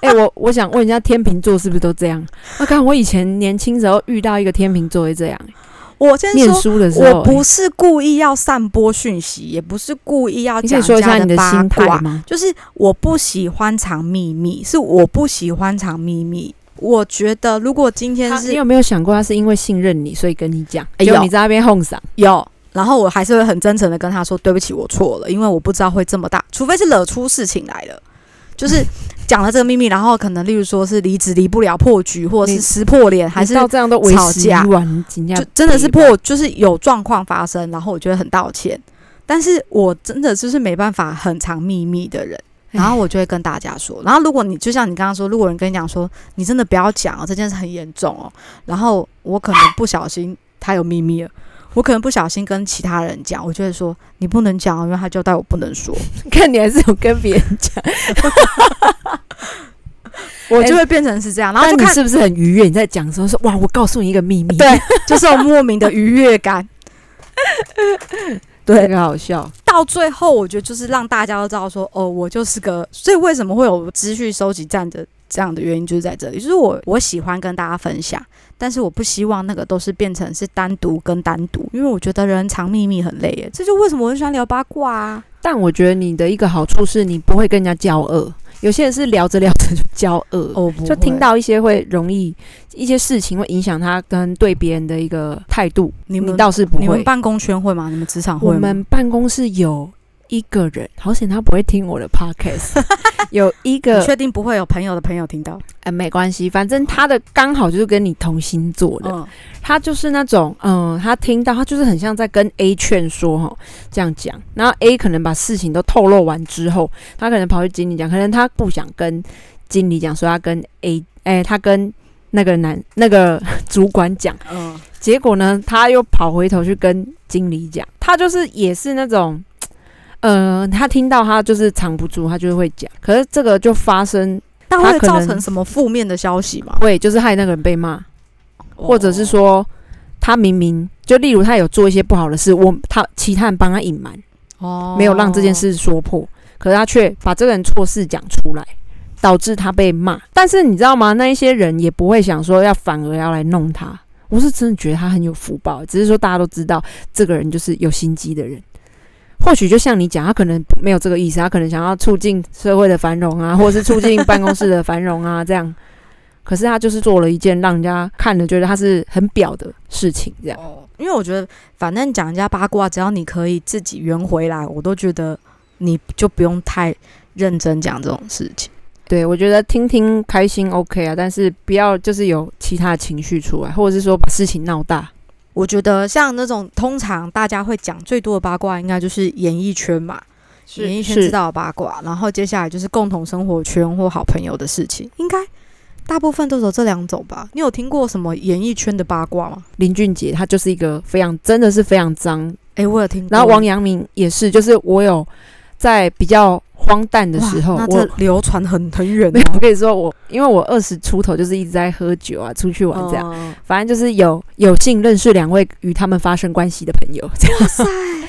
[SPEAKER 1] 哎、我我想问一下，天秤座是不是都这样？我、看我以前年轻时候遇到一个天秤座会这样，
[SPEAKER 2] 我先
[SPEAKER 1] 念
[SPEAKER 2] 说，
[SPEAKER 1] 书的时候，欸
[SPEAKER 2] 我不是故意要散播讯息，也不是故意要
[SPEAKER 1] 你可
[SPEAKER 2] 讲
[SPEAKER 1] 以说一
[SPEAKER 2] 人
[SPEAKER 1] 下
[SPEAKER 2] 家
[SPEAKER 1] 你
[SPEAKER 2] 的八
[SPEAKER 1] 心态
[SPEAKER 2] 卦，
[SPEAKER 1] 吗？
[SPEAKER 2] 就是我不喜欢藏秘密，是我不喜欢藏秘密。我觉得如果今天
[SPEAKER 1] 他你
[SPEAKER 2] 是
[SPEAKER 1] 有没有想过，他是因为信任你，所以跟你讲？
[SPEAKER 2] 哎
[SPEAKER 1] 结果
[SPEAKER 2] 有
[SPEAKER 1] 你在那边哄嗓，
[SPEAKER 2] 有，然后我还是会很真诚的跟他说对不起，我错了，因为我不知道会这么大，除非是惹出事情来了，就是讲了这个秘密，然后可能例如说是离职离不了破局，或者
[SPEAKER 1] 你
[SPEAKER 2] 是撕破脸，还
[SPEAKER 1] 你
[SPEAKER 2] 是
[SPEAKER 1] 到这样都为
[SPEAKER 2] 吵
[SPEAKER 1] 时已
[SPEAKER 2] 架
[SPEAKER 1] 晚，你惊讶
[SPEAKER 2] 就真的是
[SPEAKER 1] 疲惫
[SPEAKER 2] 破，就是有状况发生，然后我觉得很道歉，但是我真的就是没办法很藏秘密的人。然后我就会跟大家说，然后如果你就像你刚刚说，如果有人跟你讲说你真的不要讲哦，这件事很严重哦，然后我可能不小心他有秘密了，我可能不小心跟其他人讲，我就会说你不能讲哦，因为他交代我不 能说，
[SPEAKER 1] 看你还是有跟别人讲，
[SPEAKER 2] 我就会变成是这样，然后就
[SPEAKER 1] 哎但你
[SPEAKER 2] 看
[SPEAKER 1] 是不是很愉悦？你在讲的时候说哇，我告诉你一个秘密，
[SPEAKER 2] 对，就是有莫名的愉悦感。对
[SPEAKER 1] 这个好笑。
[SPEAKER 2] 到最后，我觉得就是让大家都知道说，哦，我就是个，所以为什么会有资讯收集站的这样的原因，就是在这里，就是我我喜欢跟大家分享，但是我不希望那个都是变成是单独跟单独，因为我觉得人藏秘密很累耶，这就为什么我很喜欢聊八卦啊。
[SPEAKER 1] 但我觉得你的一个好处是你不会跟人家交恶，有些人是聊着聊着就交恶，
[SPEAKER 2] 哦，
[SPEAKER 1] 就听到一些会容易一些事情会影响他跟对别人的一个态度。
[SPEAKER 2] 你们
[SPEAKER 1] 倒是不
[SPEAKER 2] 你们
[SPEAKER 1] 会，
[SPEAKER 2] 办公圈会吗？你们职场
[SPEAKER 1] 我
[SPEAKER 2] 会吗？
[SPEAKER 1] 们办公室有一个人，好险他不会听我的 podcast，有一
[SPEAKER 2] 你
[SPEAKER 1] 个
[SPEAKER 2] 确定不会有朋友的朋友听到？
[SPEAKER 1] 呃没关系，反正他的刚好就是跟你同星座的，
[SPEAKER 2] 嗯，
[SPEAKER 1] 他就是那种，嗯，他听到他就是很像在跟 A 劝说哈，这样讲，然后 A 可能把事情都透露完之后，他可能跑去经理讲，可能他不想跟经理讲，说他跟 A，哎、他跟那个男那个 主管讲，
[SPEAKER 2] 嗯，
[SPEAKER 1] 结果呢，他又跑回头去跟经理讲，他就是也是那种，呃，他听到他就是藏不住，他就会讲，可是这个就发生
[SPEAKER 2] 但
[SPEAKER 1] 他
[SPEAKER 2] 会
[SPEAKER 1] 可
[SPEAKER 2] 造
[SPEAKER 1] 能
[SPEAKER 2] 成什么负面的消息吗？
[SPEAKER 1] 会就是害那个人被骂。或者是
[SPEAKER 2] 哦，
[SPEAKER 1] 说他明明就例如他有做一些不好的事，我他其他人帮他隐瞒，
[SPEAKER 2] 哦
[SPEAKER 1] 没有让这件，事说破，可是他却把这个人错事讲出来，导致他被骂。但是你知道吗？那一些人也不会想说要反而要来弄他。我是真的觉得他很有福报，只是说大家都知道这个人就是有心机的人。或许就像你讲，他可能没有这个意思，他可能想要促进社会的繁荣啊，或者是促进办公室的繁荣啊，这样。可是他就是做了一件让人家看了觉得他是很表的事情，这样。
[SPEAKER 2] 哦，因为我觉得，反正讲人家八卦，只要你可以自己圆回来，我都觉得你就不用太认真讲这种事情。
[SPEAKER 1] 对，我觉得听听开心 OK 啊，但是不要就是有其他的情绪出来，或者是说把事情闹大。
[SPEAKER 2] 我觉得像那种通常大家会讲最多的八卦，应该就是演艺圈嘛，演艺圈知道的八卦，然后接下来就是共同生活圈或好朋友的事情，应该大部分都有这两种吧。你有听过什么演艺圈的八卦吗？
[SPEAKER 1] 林俊杰他就是一个非常真的是非常脏，
[SPEAKER 2] 诶，我有听过。
[SPEAKER 1] 然后王阳明也是，就是我有在比较荒诞的
[SPEAKER 2] 哇
[SPEAKER 1] 时候，
[SPEAKER 2] 那
[SPEAKER 1] 我
[SPEAKER 2] 这流传很很远
[SPEAKER 1] 没有，我
[SPEAKER 2] 哦。
[SPEAKER 1] 跟你说，我因为我二十出头就是一直在喝酒啊，出去玩这样，
[SPEAKER 2] 嗯
[SPEAKER 1] 反正就是有有幸认识两位与他们发生关系的朋友，这样
[SPEAKER 2] 哇塞，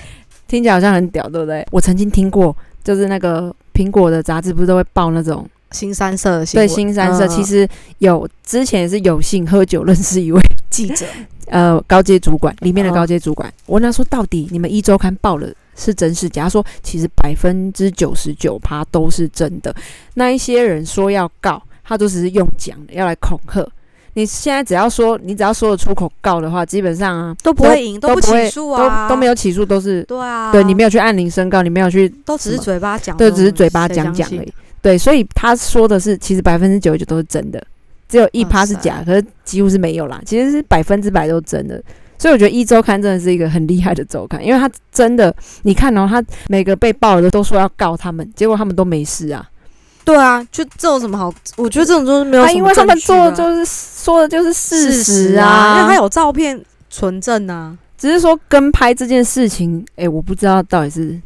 [SPEAKER 1] 听起来好像很屌，对不对？我曾经听过，就是那个苹果的杂志不是都会报那种
[SPEAKER 2] 新三社的新
[SPEAKER 1] 对
[SPEAKER 2] 闻
[SPEAKER 1] 新三社，
[SPEAKER 2] 嗯
[SPEAKER 1] 其实有之前也是有幸喝酒认识一位
[SPEAKER 2] 记者
[SPEAKER 1] 呃高阶主管里面的
[SPEAKER 2] 嗯
[SPEAKER 1] 高阶主管，我问他说到底你们一周刊报了是真是假？他说其实百分之九十九趴都是真的。那一些人说要告，他就只是用讲的要来恐吓。你现在只要说你只要说得出口告的话，基本上啊
[SPEAKER 2] 都不会赢，
[SPEAKER 1] 都
[SPEAKER 2] 不
[SPEAKER 1] 不会
[SPEAKER 2] 起诉啊，
[SPEAKER 1] 都都没
[SPEAKER 2] 有。
[SPEAKER 1] 有起诉，都是、
[SPEAKER 2] 对啊，
[SPEAKER 1] 对你没有去按铃申告，你没有去
[SPEAKER 2] 都只
[SPEAKER 1] 什
[SPEAKER 2] 是
[SPEAKER 1] 么
[SPEAKER 2] 嘴巴讲，
[SPEAKER 1] 对，只是嘴巴讲讲而
[SPEAKER 2] 而
[SPEAKER 1] 已
[SPEAKER 2] 已。。
[SPEAKER 1] 对，所以他说的是，其实百分之九十九都是真的，只有一
[SPEAKER 2] 哇
[SPEAKER 1] 趴是
[SPEAKER 2] 塞
[SPEAKER 1] 假，可是几乎是没有啦。其实是百分之百都真的，所以我觉得一周刊真的是一个很厉害的周刊，因为他真的，你看哦，他每个被爆的都说要告他们，结果他们都没事啊。
[SPEAKER 2] 对啊，就这有什么好？我觉得这种就是没有
[SPEAKER 1] 他
[SPEAKER 2] 什么
[SPEAKER 1] 因为他们
[SPEAKER 2] 证据
[SPEAKER 1] 做
[SPEAKER 2] 啊
[SPEAKER 1] 的就是说的就是事实
[SPEAKER 2] 因为
[SPEAKER 1] 啊，
[SPEAKER 2] 他有照片存证啊。
[SPEAKER 1] 只是说跟拍这件事情，哎、我不知道到底是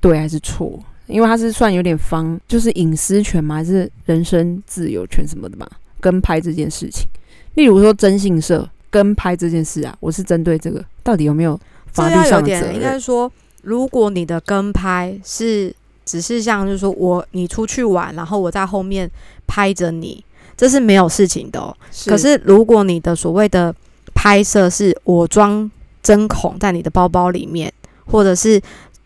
[SPEAKER 1] 对还是错，因为他是算有点方，就是隐私权嘛，还是人身自由权什么的嘛？跟拍这件事情，例如说征信社跟拍这件事啊，我是针对这个到底有没有
[SPEAKER 2] 这
[SPEAKER 1] 法律
[SPEAKER 2] 要有
[SPEAKER 1] 上的责
[SPEAKER 2] 点，应该
[SPEAKER 1] 任？
[SPEAKER 2] 说，如果你的跟拍是只是像就是说我你出去玩，然后我在后面拍着你，这是没有事情的、哦。可是如果你的所谓的拍摄是我装针孔在你的包包里面，或者是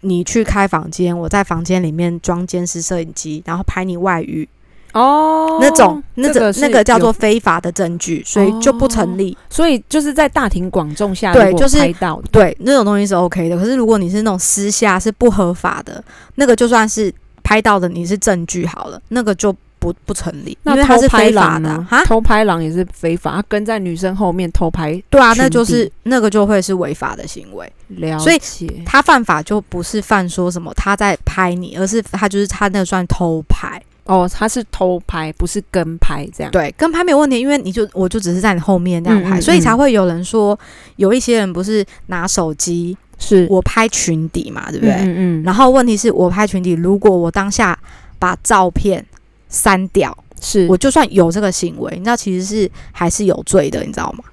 [SPEAKER 2] 你去开房间，我在房间里面装监视摄影机，然后拍你外遇，
[SPEAKER 1] 哦，
[SPEAKER 2] 那种那
[SPEAKER 1] 这
[SPEAKER 2] 种
[SPEAKER 1] 个是哦
[SPEAKER 2] 那个叫
[SPEAKER 1] 有
[SPEAKER 2] 做非法的证据，所以就不成立。
[SPEAKER 1] 所以就是在大庭广众下，如
[SPEAKER 2] 对
[SPEAKER 1] 果
[SPEAKER 2] 就是
[SPEAKER 1] 拍到的
[SPEAKER 2] 对，那种东西是 OK 的。可是如果你是那种私下是不合法的，那个就算是拍到的你是证据好了，那个就不不成立，因
[SPEAKER 1] 那
[SPEAKER 2] 为它
[SPEAKER 1] 偷
[SPEAKER 2] 是
[SPEAKER 1] 拍
[SPEAKER 2] 非法
[SPEAKER 1] 狼
[SPEAKER 2] 的
[SPEAKER 1] 呢
[SPEAKER 2] 啊。？哈
[SPEAKER 1] 偷拍狼也是非法，他啊跟在女生后面偷拍，
[SPEAKER 2] 对啊，那就
[SPEAKER 1] 群
[SPEAKER 2] 是那个就会是违法的行为。
[SPEAKER 1] 了
[SPEAKER 2] 所以
[SPEAKER 1] 解
[SPEAKER 2] 他犯法就不是犯说什么他在拍你，而是他就是他那个算偷拍。
[SPEAKER 1] 哦，他是偷拍，不是跟拍这样。
[SPEAKER 2] 对，跟拍没有问题，因为你就我就只是在你后面那样拍，
[SPEAKER 1] 嗯嗯
[SPEAKER 2] 所以
[SPEAKER 1] 嗯
[SPEAKER 2] 才会有人说有一些人不是拿手机
[SPEAKER 1] 是，
[SPEAKER 2] 我拍裙底嘛，对
[SPEAKER 1] 嗯
[SPEAKER 2] 不对？
[SPEAKER 1] 嗯嗯，
[SPEAKER 2] 然后问题是我拍群体，如果我当下把照片删掉，
[SPEAKER 1] 是
[SPEAKER 2] 我就算有这个行为，你知道其实是还是有罪的，你知道吗？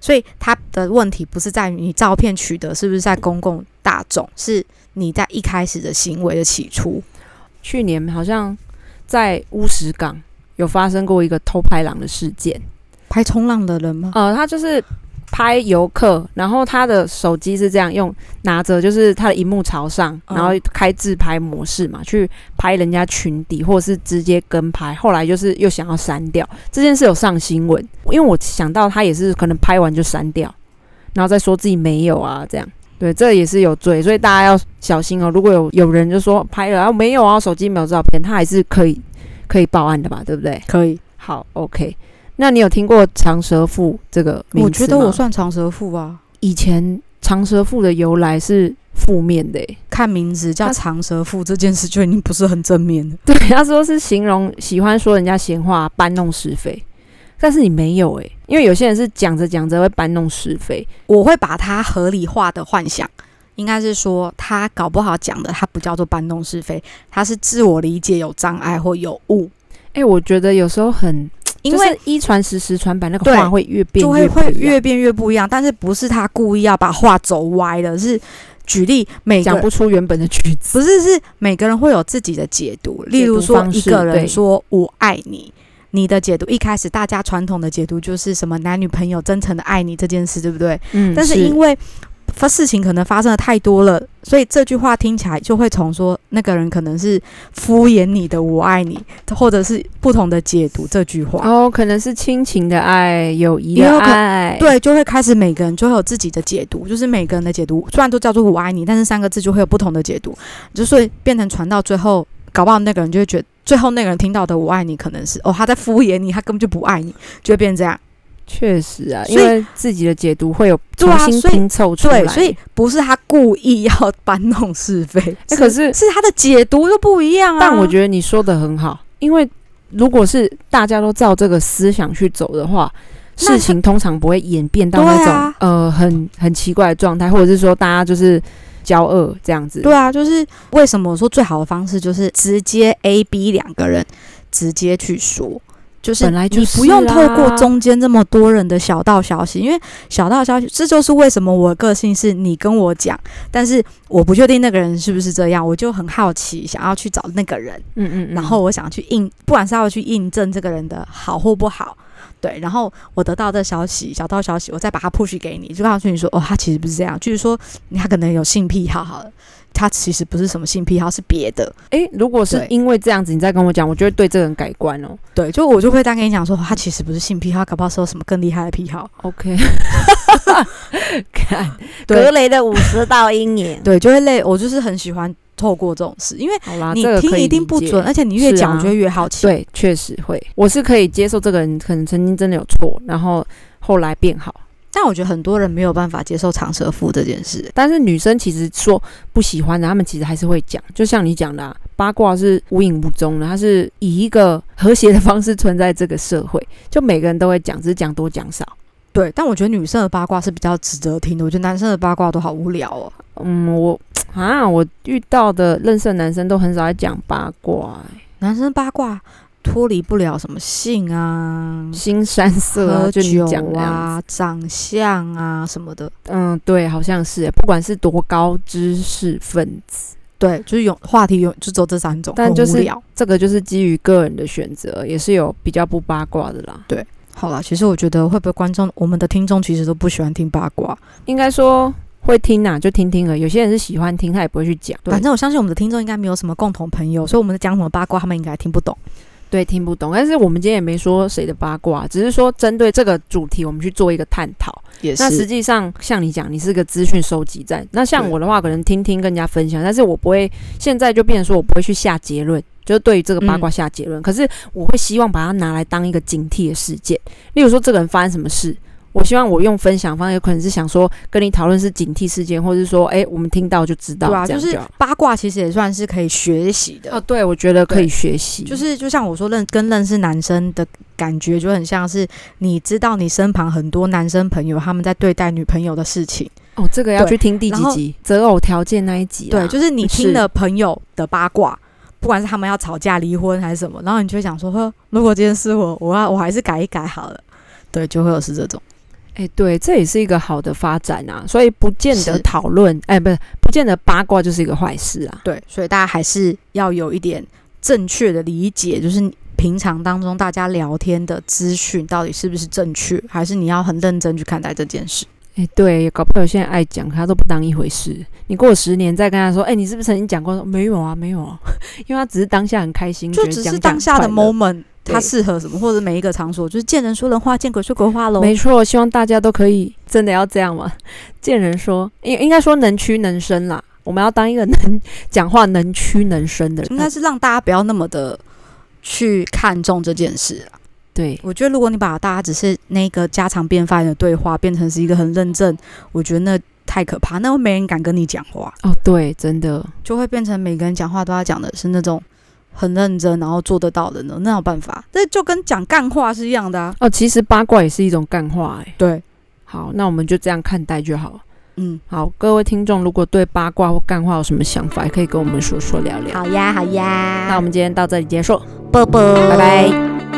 [SPEAKER 2] 所以他的问题不是在于你照片取得是不是在公共大众，是你在一开始的行为的起初。
[SPEAKER 1] 去年好像在乌石港有发生过一个偷拍狼的事件。
[SPEAKER 2] 拍冲浪的人吗？
[SPEAKER 1] 呃，他就是拍游客，然后他的手机是这样用拿着，就是他的荧幕朝上，
[SPEAKER 2] 嗯
[SPEAKER 1] 然后开自拍模式嘛，去拍人家裙底，或者是直接跟拍。后来就是又想要删掉这件事，有上新闻，因为我想到他也是可能拍完就删掉，然后再说自己没有啊，这样。对，这也是有罪，所以大家要小心哦。如果有有人就说拍了啊没有啊，手机没有照片，他还是可以可以报案的吧，对不对？
[SPEAKER 2] 可以，
[SPEAKER 1] 好，OK。那你有听过长舌妇这个名
[SPEAKER 2] 我
[SPEAKER 1] 词
[SPEAKER 2] 觉得
[SPEAKER 1] 吗
[SPEAKER 2] 我算长舌妇啊。
[SPEAKER 1] 以前长舌妇的由来是负面的欸，
[SPEAKER 2] 看名字叫
[SPEAKER 1] 他
[SPEAKER 2] 长舌妇这件事就已经不是很正面了。
[SPEAKER 1] 对，他说是形容喜欢说人家闲话，搬弄是非。但是你没有诶、因为有些人是讲着讲着会搬弄是非，
[SPEAKER 2] 我会把它合理化的幻想，应该是说他搞不好讲的，他不叫做搬弄是非，他是自我理解有障碍或有误，
[SPEAKER 1] 诶、我觉得有时候很，
[SPEAKER 2] 因为
[SPEAKER 1] 就是一传十，十传百，那个
[SPEAKER 2] 对
[SPEAKER 1] 话会越变
[SPEAKER 2] 就会
[SPEAKER 1] 越不一
[SPEAKER 2] 会
[SPEAKER 1] 样
[SPEAKER 2] 越变越不一样。但是不是他故意要把话走歪了？是举例每个
[SPEAKER 1] 讲不出原本的句子。
[SPEAKER 2] 不是是每个人会有自己的解读，例如说
[SPEAKER 1] 方
[SPEAKER 2] 一
[SPEAKER 1] 式
[SPEAKER 2] 个人
[SPEAKER 1] 对
[SPEAKER 2] 说我爱你。你的解读一开始，大家传统的解读就是什么男女朋友真诚的爱你这件事，对不对？
[SPEAKER 1] 嗯
[SPEAKER 2] 但是因为发事情可能发生的太多了，所以这句话听起来就会从说那个人可能是敷衍你的“我爱你”，或者是不同的解读这句话。
[SPEAKER 1] 哦，可能是亲情的爱、友谊
[SPEAKER 2] 也有
[SPEAKER 1] 的
[SPEAKER 2] 可
[SPEAKER 1] 爱，，
[SPEAKER 2] 对，就会开始每个人就会有自己的解读，就是每个人的解读虽然都叫做“我爱你”，但是三个字就会有不同的解读，就所以变成传到最后，搞不好那个人就会觉得，最后那个人听到的“我爱你”可能是哦他在敷衍你，他根本就不爱你，就会变成这样。
[SPEAKER 1] 确实啊，因
[SPEAKER 2] 所以
[SPEAKER 1] 为自己的解读会有
[SPEAKER 2] 对
[SPEAKER 1] 重
[SPEAKER 2] 啊
[SPEAKER 1] 新
[SPEAKER 2] 所以
[SPEAKER 1] 拼凑出来，
[SPEAKER 2] 对，所以不是他故意要搬弄 是非，
[SPEAKER 1] 哎可是
[SPEAKER 2] 是他的解读就不一样啊。
[SPEAKER 1] 但我觉得你说的很好，因为如果是大家都照这个思想去走的话，
[SPEAKER 2] 那
[SPEAKER 1] 事情通常不会演变到
[SPEAKER 2] 对
[SPEAKER 1] 那种、
[SPEAKER 2] 啊
[SPEAKER 1] 呃很很奇怪的状态，或者是说大家就是交恶这样子。
[SPEAKER 2] 对啊，就是为什么我说最好的方式就是直接 A、B 两个人直接去说。就是
[SPEAKER 1] 本来就
[SPEAKER 2] 你
[SPEAKER 1] 是
[SPEAKER 2] 不用透过
[SPEAKER 1] 啊
[SPEAKER 2] 中间这么多人的小道消息，因为小道消息，这就是为什么我的个性是你跟我讲，但是我不确定那个人是不是这样，我就很好奇，想要去找那个人，
[SPEAKER 1] 嗯嗯嗯，
[SPEAKER 2] 然后我想去印，不管是要去印证这个人的好或不好，对，然后我得到这消息，小道消息，我再把它 push 给你，就告诉你说，哦，他其实不是这样，就是说他可能有性癖好，好了，他其实不是什么性癖好，是别的，
[SPEAKER 1] 诶，哎如果是
[SPEAKER 2] 对
[SPEAKER 1] 因为这样子你再跟我讲，我就会对这个人改观哦。
[SPEAKER 2] 对，就我就会单跟你讲说，哦他其实不是性癖好，搞不好是有什么更厉害的癖好，
[SPEAKER 1] OK，看
[SPEAKER 2] 对
[SPEAKER 1] 格雷的五十道阴影
[SPEAKER 2] 对，就会累，我就是很喜欢透过这种事，因为
[SPEAKER 1] 好啦，
[SPEAKER 2] 你
[SPEAKER 1] 啊这个
[SPEAKER 2] 听
[SPEAKER 1] 可以
[SPEAKER 2] 一定不
[SPEAKER 1] 理解
[SPEAKER 2] 准，而且你越
[SPEAKER 1] 是
[SPEAKER 2] 讲，
[SPEAKER 1] 啊
[SPEAKER 2] 我就会越好奇，
[SPEAKER 1] 对，确实会，我是可以接受这个人可能曾经真的有错，然后后来变好。
[SPEAKER 2] 但我觉得很多人没有办法接受长舌妇这件事。
[SPEAKER 1] 但是女生其实说不喜欢的，她们其实还是会讲，就像你讲的、啊，八卦是无影无踪的，它是以一个和谐的方式存在这个社会，就每个人都会讲，只是讲多讲少。
[SPEAKER 2] 对，但我觉得女生的八卦是比较值得听的，我觉得男生的八卦都好无聊哦。
[SPEAKER 1] 嗯，我啊，我遇到的认识的男生都很少在讲八卦、欸，
[SPEAKER 2] 男生八卦脱离不了什么性啊、
[SPEAKER 1] 新山色啊，
[SPEAKER 2] 喝
[SPEAKER 1] 就你
[SPEAKER 2] 酒
[SPEAKER 1] 讲的样子
[SPEAKER 2] 啊、长相啊什么的。
[SPEAKER 1] 嗯，对，好像是欸、不管是多高知识分子，
[SPEAKER 2] 对，就是有话题有就只有这三种，
[SPEAKER 1] 但
[SPEAKER 2] 很
[SPEAKER 1] 就
[SPEAKER 2] 无
[SPEAKER 1] 是
[SPEAKER 2] 聊
[SPEAKER 1] 这个就是基于个人的选择，也是有比较不八卦的啦。
[SPEAKER 2] 好了，其实我觉得会不会观众，我们的听众其实都不喜欢听八卦。
[SPEAKER 1] 应该说会听呐、就听听而已。有些人是喜欢听，他也不会去讲。对
[SPEAKER 2] 反正我相信我们的听众应该没有什么共同朋友，所以我们在讲什么八卦，他们应该听不懂。
[SPEAKER 1] 对，听不懂。但是我们今天也没说谁的八卦，只是说针对这个主题，我们去做一个探讨。
[SPEAKER 2] 也
[SPEAKER 1] 那实际上，像你讲，你是个资讯收集站。那像
[SPEAKER 2] 对
[SPEAKER 1] 我的话，可能听听跟人家分享，但是我不会现在就变成说我不会去下结论，就是对于这个八
[SPEAKER 2] 嗯
[SPEAKER 1] 卦下结论。可是我会希望把它拿来当一个警惕的事件。例如说，这个人发生什么事，我希望我用分享方式，有可能是想说跟你讨论是警惕事件，或者是说，哎、我们听到就知道，
[SPEAKER 2] 对啊，
[SPEAKER 1] 这
[SPEAKER 2] 就
[SPEAKER 1] 样
[SPEAKER 2] 是
[SPEAKER 1] 就好
[SPEAKER 2] 八卦其实也算是可以学习的。
[SPEAKER 1] 哦，对，我觉得可以
[SPEAKER 2] 对
[SPEAKER 1] 学习，
[SPEAKER 2] 就是就像我说认跟认识男生的感觉就很像是你知道你身旁很多男生朋友他们在对待女朋友的事情，
[SPEAKER 1] 哦，这个要
[SPEAKER 2] 对
[SPEAKER 1] 去听第
[SPEAKER 2] 然
[SPEAKER 1] 几
[SPEAKER 2] 后
[SPEAKER 1] 集择偶条件那一集啊啦，
[SPEAKER 2] 对，就是你
[SPEAKER 1] 是
[SPEAKER 2] 听了朋友的八卦，不管是他们要吵架、离婚还是什么，然后你就会想说，呵，如果今天是我，我要我还是改一改好了，对，就会有是这种，
[SPEAKER 1] 哎、对，这也是一个好的发展啊，所以不见得
[SPEAKER 2] 是
[SPEAKER 1] 讨论，哎、不是，不见得八卦就是一个坏事啊。
[SPEAKER 2] 对，所以大家还是要有一点正确的理解，就是你平常当中大家聊天的资讯到底是不是正确，还是你要很认真去看待这件事。
[SPEAKER 1] 哎、对，搞不好有些人爱讲，可他都不当一回事。你过十年再跟他说，哎、你是不是曾经讲过？没有啊，没有啊， 因为他只是当下很开心，
[SPEAKER 2] 就
[SPEAKER 1] 觉得
[SPEAKER 2] 只
[SPEAKER 1] 讲
[SPEAKER 2] 是
[SPEAKER 1] 讲
[SPEAKER 2] 当下的
[SPEAKER 1] 快乐
[SPEAKER 2] moment，
[SPEAKER 1] 对
[SPEAKER 2] 它适合什么，或者每一个场所，就是见人说人话，见鬼说鬼话喽。
[SPEAKER 1] 没错，希望大家都可以真的要这样嘛。见人说，应应该说能屈能伸啦。我们要当一个能讲话能屈能伸的人，
[SPEAKER 2] 应该是让大家不要那么的去看重这件事啊。
[SPEAKER 1] 对，
[SPEAKER 2] 我觉得如果你把大家只是那个家常便饭的对话变成是一个很认真，我觉得那太可怕，那会没人敢跟你讲话，
[SPEAKER 1] 哦，对，真的，
[SPEAKER 2] 就会变成每个人讲话都要讲的是那种。很认真，然后做得到的呢，那有办法，这就跟讲干话是一样的啊。
[SPEAKER 1] 哦，其实八卦也是一种干话、哎，
[SPEAKER 2] 对，
[SPEAKER 1] 好，那我们就这样看待就好。
[SPEAKER 2] 嗯，
[SPEAKER 1] 好，各位听众，如果对八卦或干话有什么想法，也可以跟我们说说聊聊。
[SPEAKER 3] 好呀，好呀，
[SPEAKER 1] 那我们今天到这里结束。
[SPEAKER 3] 啵啵，
[SPEAKER 1] 拜拜。